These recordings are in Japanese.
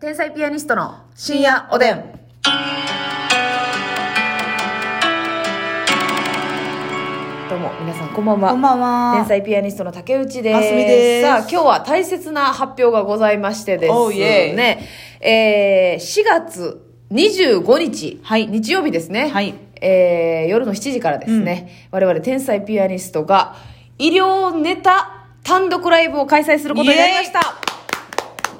天才ピアニストの深夜おでん。どうも皆さんこんばんは。こんばんは天才ピアニストの竹内です。ますみですさあ今日は大切な発表がございましてですおうイエイね。えー、4月25日、はい日曜日ですね。はいえー夜の7時からですね、我々天才ピアニストが医療ネタ単独ライブを開催することになりました。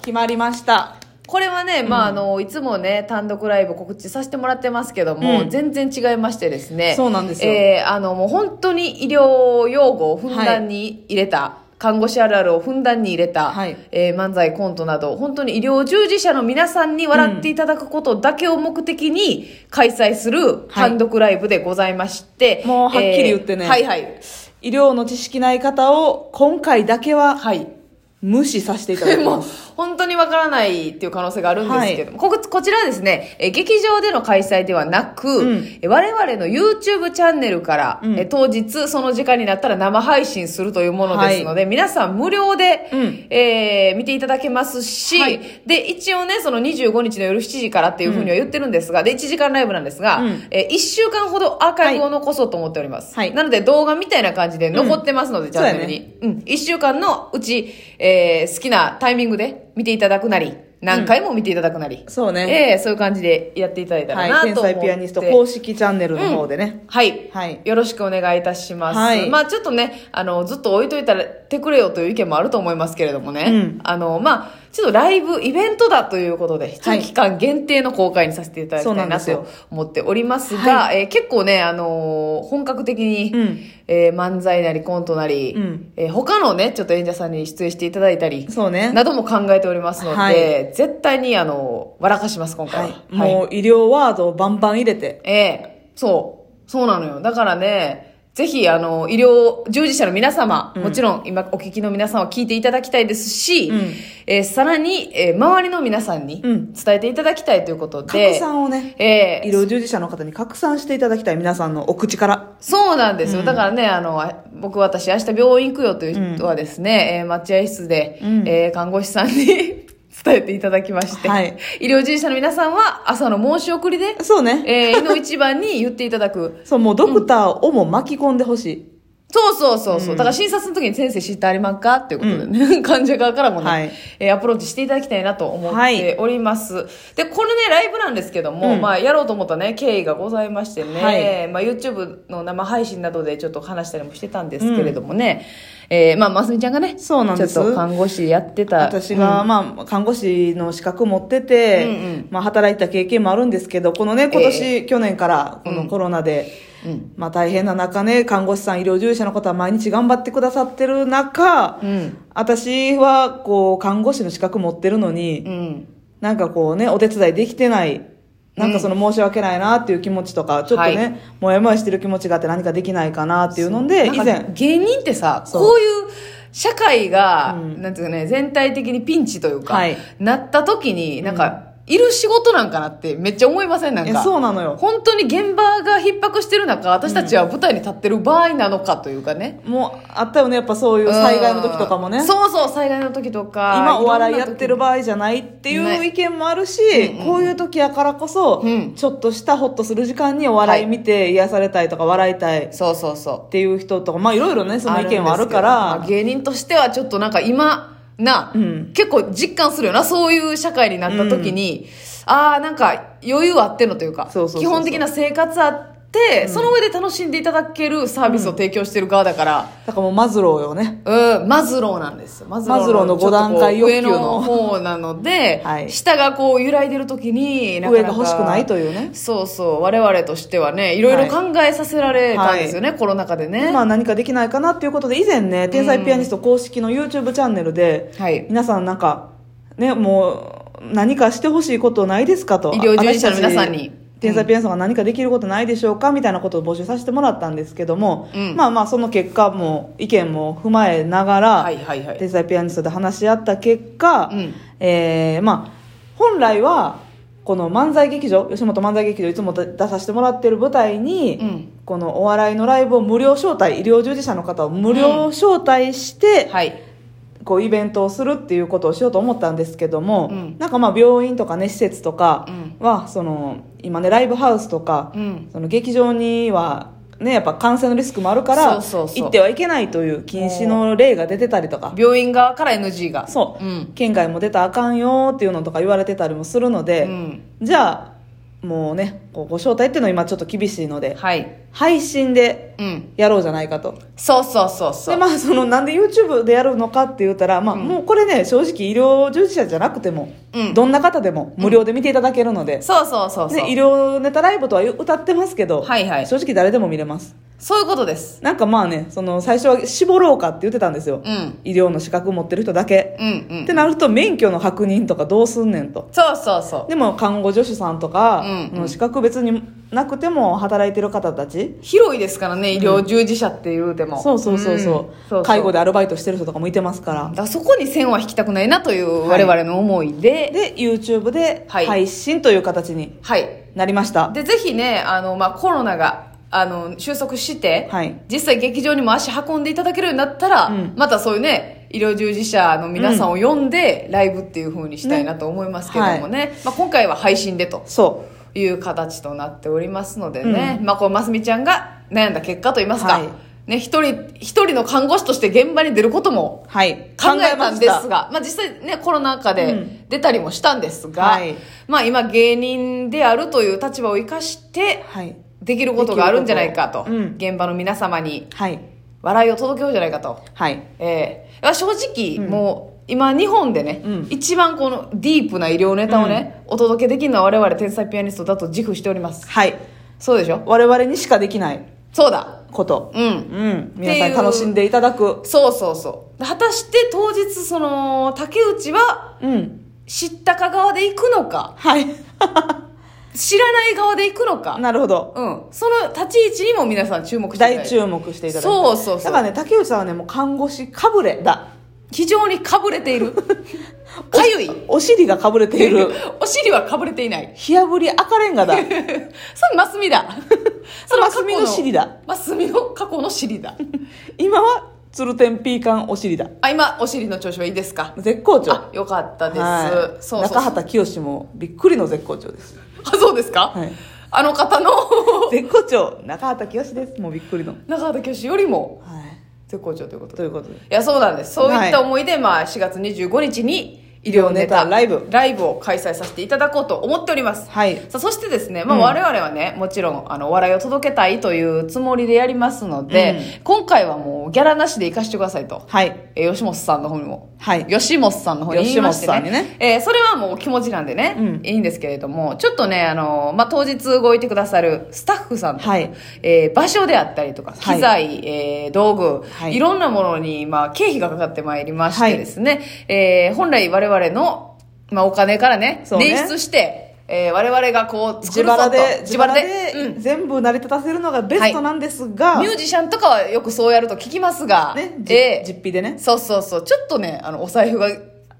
決まりましたこれはね、まあ、あの、いつもね、単独ライブ告知させてもらってますけども、うん全然違いましてですね。そうなんですよえーあの、もう本当に医療用語をふんだんに入れた。看護師あるあるをふんだんに入れた、はいえー漫才コントなど、本当に医療従事者の皆さんに笑っていただくことだけを目的に開催する単独ライブでございまして。もうはっきり言ってねえーはいはい。医療の知識ない方を今回だけははい。無視させていただ きもまうす本当にわからないっていう可能性があるんですけども、こここちらはですね、えー劇場での開催ではなく、うんえー我々の YouTube チャンネルから、うんえー当日その時間になったら生配信するというものですので、皆さん無料で、うんえー見ていただけますし、はいで、一応ね、その25日の夜7時からっていうふうには言ってるんですが、で、1時間ライブなんですが、うんえ1週間ほどアーカイブを残そうと思っております。はいなので動画みたいな感じで残ってますので、チャンネルそうやにね。うん、一週間のうち、えー好きなタイミングで見ていただくなり、何回も見ていただくなり、そうね、えーそういう感じでやっていただいたらなはい、天と思って、才ピアニスト公式チャンネルの方でね、はい、はいよろしくお願いいたします。はいまあちょっとね、あの、ずっと置いといたらてくれよという意見もあると思いますけれどもね。うんあの、まあちょっとライブ、イベントだということで、はい期間限定の公開にさせていただきそうたないんなですよと思っておりますが、はえー結構ね、あのー本格的に、うんえー漫才なりコントなり、うんえー他のね、ちょっと演者さんに出演していただいたり、そうねなども考えておりますので、はい絶対に、あの、笑かします、今は回いは。はいもう医療ワードをバンバン入れてええそう。そうなのよ。だからね、ぜひ、あの、医療従事者の皆様、もちろん今お聞きの皆さんは聞いていただきたいですし、うんえーさらに、えー周りの皆さんにうん伝えていただきたいということで、拡散をね、ええ医療従事者の方に拡散していただきたい皆さんのお口からそうなんですよ。だからね、あの、あ僕私明日病院行くよという人はですね、えー待合室で、うんえー看護師さんに 伝えていただきまして、はい医療従事者の皆さんは朝の申し送りで、そうねえ ー、胃の一番に言っていただくそうもうドクターをも巻き込んでほしい、そうそうそうそう、だから診察の時に先生知ってありまんかっていうことでね、 患者側からもね、はいえーアプローチしていただきたいなと思っております。で、これね、ライブなんですけども、うんまあ、やろうと思ったね、経緯がございましてね、はいまあ、YouTube の生配信などでちょっと話したりもしてたんですけれどもね、えーまあ、ますみちゃんがね、そうなんですちょっと看護師やってた。私が、まあ、看護師の資格持ってて、うんうんまあ、働いた経験もあるんですけど、このね、今年、え去年から、こうんのコロナで、うんまあ、大変な中ね、看護師さん、医療従事者の方は毎日頑張ってくださってる中、うん私は、こう、看護師の資格持ってるのに、うん、うんなんかこうね、お手伝いできてない、なんかその申し訳ないなっていう気持ちとか、ちょっとね、はいもやもやしてる気持ちがあって何かできないかなっていうので、以なんか前、芸人ってさそうこういう社会が、うんなんていうかね全体的にピンチというか、はいなった時になんか、いる仕事なんかなってめっちゃ思いませんなんえかそうなのよ。本当に現場が逼迫してる中私たちは舞台に立ってる場合なのかというかね、もう、あったよね、やっぱそういう災害の時とかもね。うんそうそう災害の時とか今お笑いやってる場場合じゃないっていうね意見もあるし、うんうんこういう時やからこそ、うんちょっとしたホッとする時間にお笑い見て癒されたいとか笑いたいっそうそうそうていう人とかまあいろいろねその意見はあるかんですけらどまあ芸人としてはちょっとなんか今な、うん結構実感するよなそういう社会になった時に、ああなんか余裕あってのというかそうそうそうそう基本的な生活あって、その上で楽しんでいただけるサービスを提供してる側だから、だからもうマズローよねうん、マズローなんですよ。ママズローのちょっとこう五段階欲求の上の方なので、 はい下がこう揺らいでる時になか上ながか、欲しくないというねそうそう、我々としてはね、いろいろ考えさせられたんですよね、コロナ禍でね。まあ何かできないかなっていうことで以前ね天才ピアニスト公式の YouTube チャンネルで、はい。皆さんなんかねもう何かしてほしいことないですかと医療従事者の皆さんに私たち天才ピアニストが何かできることないでしょうかみたいなことを募集させてもらったんですけども、うんまあまあその結果も意見も踏まえながら、はいはいはい。天才ピアニストで話し合った結果、うんえーまあ本来はこの漫才劇場吉本漫才劇場いつも出出させてもらってる舞台に、うんこのお笑いのライブを無料招待医療従事者の方を無料招待して、はい。こうイベントをするっていうことをしようと思ったんですけども、うんなんかまあ病院とかね施設とかは、その今ねライブハウスとか、うんその劇場にはねやっぱ感染のリスクもあるからそうそうそう行ってはいけないという禁止の例が出てたりとか病院側から NG がそう、うん県外も出たらあかんよっていうのとか言われてたりもするので、うんじゃあもうねこうご招待っていうのは今ちょっと厳しいのではい配信でうんやろうじゃないかとそうそうそうそでう、まあそのなんで YouTube でやるのかって言ったら、まあ、もうこれね正直医療従事者じゃなくても、うんどんな方でも無料で見ていただけるので、そうそうそうそう、ね、医療ネタライブとは歌ってますけど、はいはい正直誰でも見れますそういうことですなんかまあねその最初は絞ろうかって言ってたんですよ、うん医療の資格持ってる人だけ、うんうっんてなると免許の確認とかどうすんねんとそうそうそうでも看護助手さんとかうんうんの資格別になくても働いてる方たち、広いですからね医療従事者っていうでも、そうそうそうそう,、んそう介護だでアルバイトしてる人とかもいてますから、からそこに線は引きたくないなというは我い々の思いでで YouTube ではい配信という形にはい、なりました、でぜひねあの、まあ、コロナがあの収束して、はい実際劇場にも足運んでいただけるようになったら、うんまたそういうね医療従事者の皆さんを呼んで、ライブっていう風にしたいなと思いますけどもねまあ、今回は配信でとそいう形となっておりますのでね、まあ、こうますみちゃんが悩んだ結果といいますか、はいね、一人一人の看護師として現場に出ることもうはい考えたんです考えまが、しまあ実際ね、コロナ禍うでん出たりもしたんですが、はいまあ今芸人であるという立場を生かしてた、はいできることがあるんじゃないかと、できることうん現場の皆様にはい笑いを届けようじゃないかと。はいええ正直、もう今日本でね、うん一番このディープな医療ネタをね、お届けできるのは我々天才ピアニストだと自負しております。はいそうでしょ我々にしかできないそうだ。ことうん。うん皆っさていんう楽しんでいただくそうそうそう。果たして当日、その、竹内は、うん知ったか側で行くのか、はい 知らない側で行くのか、なるほどうん。その立ち位置にも皆さん注目していただ大いて注目していただいてそうそうそうだからね竹内さんはねもう看護師かぶれだ非常にかぶれてい る。かゆい。お尻がかぶれている お尻はかぶれていない。 火あぶり赤レンガだそれマスミ だ。それは過去マスミの尻だ。マスミの過去の尻だ。今は鶴天ピーカンお尻だあ、今、お尻の調子はいいですか絶好調あ、よかったです。はいそうそうそう中畑清もびっくりの絶好 調ですあ、そうですか、はいあの方の 絶好調中畑清ですもうびっくりの、中畑教師よりもは絶好調ということい、でということいでや、そうなんです。そういったはい思いで、まあ、4月25日に、医療ネタ医療ネタライブライブを開催させていただこうと思っております。はいさあ、そしてですね、まあ、うん我々はね、もちろん、あの、お笑いを届けたいというつもりでやりますので、今回はもう、ギャラなしで行かしてくださいと。はいえー吉本さんの方にも。はい吉本さんの方に言いまして吉本さんねにねえーそれはもうお気持ちなんでね、うんいいんですけれどもちょっとね、あのまあ、当日動いてくださるスタッフさんとか、はいえー場所であったりとかはい機材、えー道具、はいい、ろんなものに、まあ、経費がかかってまいりましてですね、えー本来我々の、まあ、お金からねそうね捻出して、えー我々がこう自作るぞ腹とで自腹でう自腹でん全部成り立たせるのがベストなんですが、ミュージシャンとかはよくそうやると聞きますが、ねじえー実費でねそうそうそう。ちょっとね、あの、お財布が、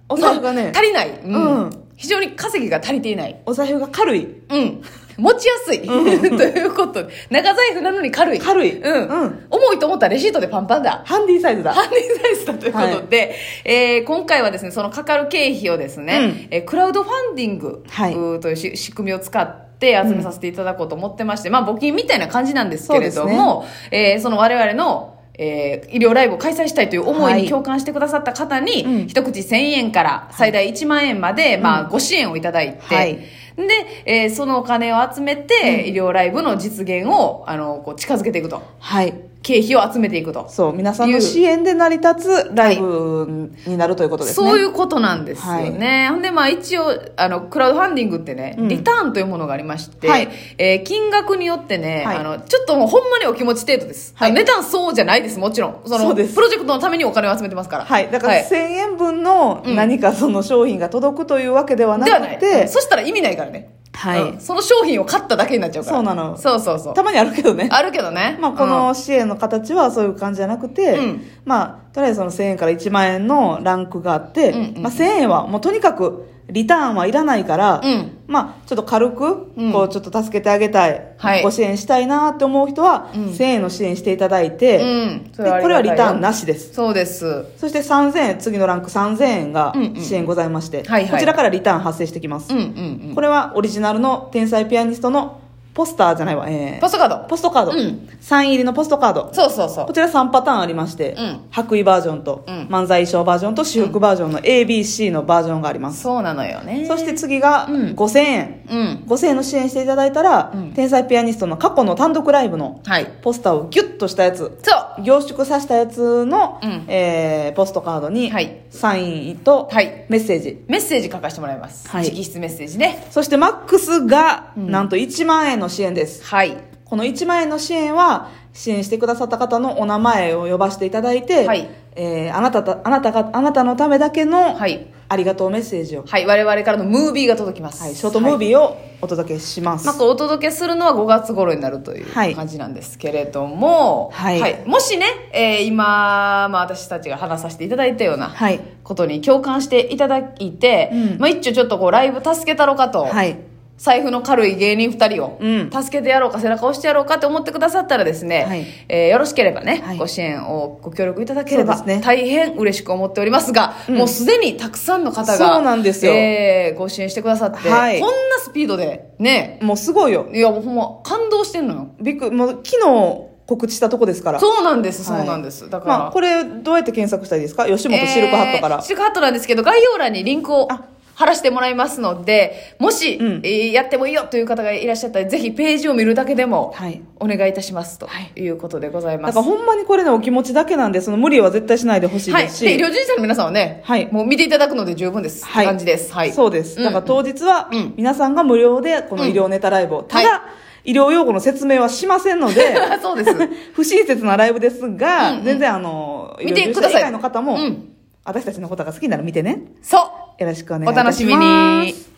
お財布がねまあ足りない。ううん非常に稼ぎが足りていない。お財布が軽いうん。持ちやすい。 ということで。長財布なのに軽い。軽いうん。うん重いと思ったらレシートでパンパンだ。ハンディサイズだハンディサイズだということで、えー今回はですね、そのかかる経費をですね、えークラウドファンディング、はいーうというし仕組みを使って集めさせていただこうと思ってまして、まあ募金みたいな感じなんですけれども、えーその我々のえー医療ライブを開催したいという思いはにい共感してくださった方に、うん一口1000円から最大1万円まで、まあ、ご支援をいただいて、はいで、えーそのお金を集めて、医療ライブの実現を、あの、こう、近づけていくと。はい経費を集めていくと。そう皆さんいうの支援で成り立つライブになるということですね、そういうことなんですよね。ほんで、まあ一応、あの、クラウドファンディングってね、うんリターンというものがありまして、はいえー金額によってね、はいあの、ちょっともうほんまにお気持ち程度です。はいあの値段そうじゃないです、もちろん。その、そうですプロジェクトのためにお金を集めてますから。はいだから1000円分のうん何かその商品が届くというわけではなではくない。て、そしたら意味ないからね。はいうんその商品を買っただけになっちゃうから。そうなのそうそうそう。たまにあるけどねあるけどね。 まあ、この支援の形はそういう感じじゃなくて、うんまあ、とりあえずその1000円から1万円のランクがあって、うんうんまあ、1000円はもうとにかくリターンはいらないから、うんまあ、ちょっと軽く、うんこう、ちょっと助けてあげたい、はいご支援したいなって思う人は、うん1000円の支援していただいて、うんでこれはリターンななしです。そうですそして3000円、次のランク3000円がうんうん支援ございまして、はいはいこちらからリターン発生してきます。うんうんこれはオリジナルの天才ピアニストのポスターじゃないわ、うえんーポストカーポストカード、うんサイン入りのポストカードドそうそうそこちら3パターンありまして、うん白衣バージョンと、うん漫才衣装バージョンと私服バージョンの ABC のバージョンがありまうす、そうなのよねそして次がうん5000円、うん5000円の支援していただいたら、うん天才ピアニストの過去の単独ライブのはいポスターをギュッとしたやつそう凝縮させたやつの、うんえーポストカードにはいサインとはいメッセージ、メッセージ書かせてもらいます、はい直筆メッセージねそしてマックスが、うんなんと1万円の支援ですはいこの1万円の支援は、支援してくださった方のお名前を呼ばせていただいて、はいえーあなたたあなたが、あなたのためだけの、はいありがとうメッセージを、はい我々からのムービーが届きます、はい、ショートムービーをお届けします。まあ、こうお届けするのは5月頃になるというはい感じなんですけれども、はいもしね、えー今、まあ、私たちが話させていただいたようなはい。ことに共感していただいて、うんまあ、一応ちょっとこうライブ助けたろかと、はい。財布の軽い芸人2人をうん助けてやろうか、背中を押してやろうかって思ってくださったらですね、はいえーよろしければね、はいご支援をご協力いただければ、そうですね大変嬉しく思っておりますが、うんもうすでにたくさんの方がそうなんですよえーご支援してくださって、はいこんなスピードでねもうすごいよ。いやもうほんま感動してんのよびっくり、もう昨日告知したとこですから。そうなんですそはいうなんです、だから、まあ、これ、どうやって検索したらいいですか吉本シルクハットから。えーシルクハットなんですけど、概要欄にリンクをあ貼らせてもらいますので、もし、うんえーやってもいいよという方がいらっしゃったら、ぜひページを見るだけでも、はい。お願いいたしますということでございまだす。からほんまにこれね、お気持ちだけなんで、その無理は絶対しないでほしいはい。ですし。で、医療従事者の皆さんはね、はいもう見ていただくので十分です。はい感じです。はい。そうです。だからうん当日はうん、皆さんが無料で、この医療ネタライブを。たはだ、医療用語の説明はしません ので、うんそうです。不親切なライブですうんがう、ん全然あの、見てください医療従事者以外の方もうん、私たちのことが好きなら見てね。そよろしくおう願いおいた楽しします。みに。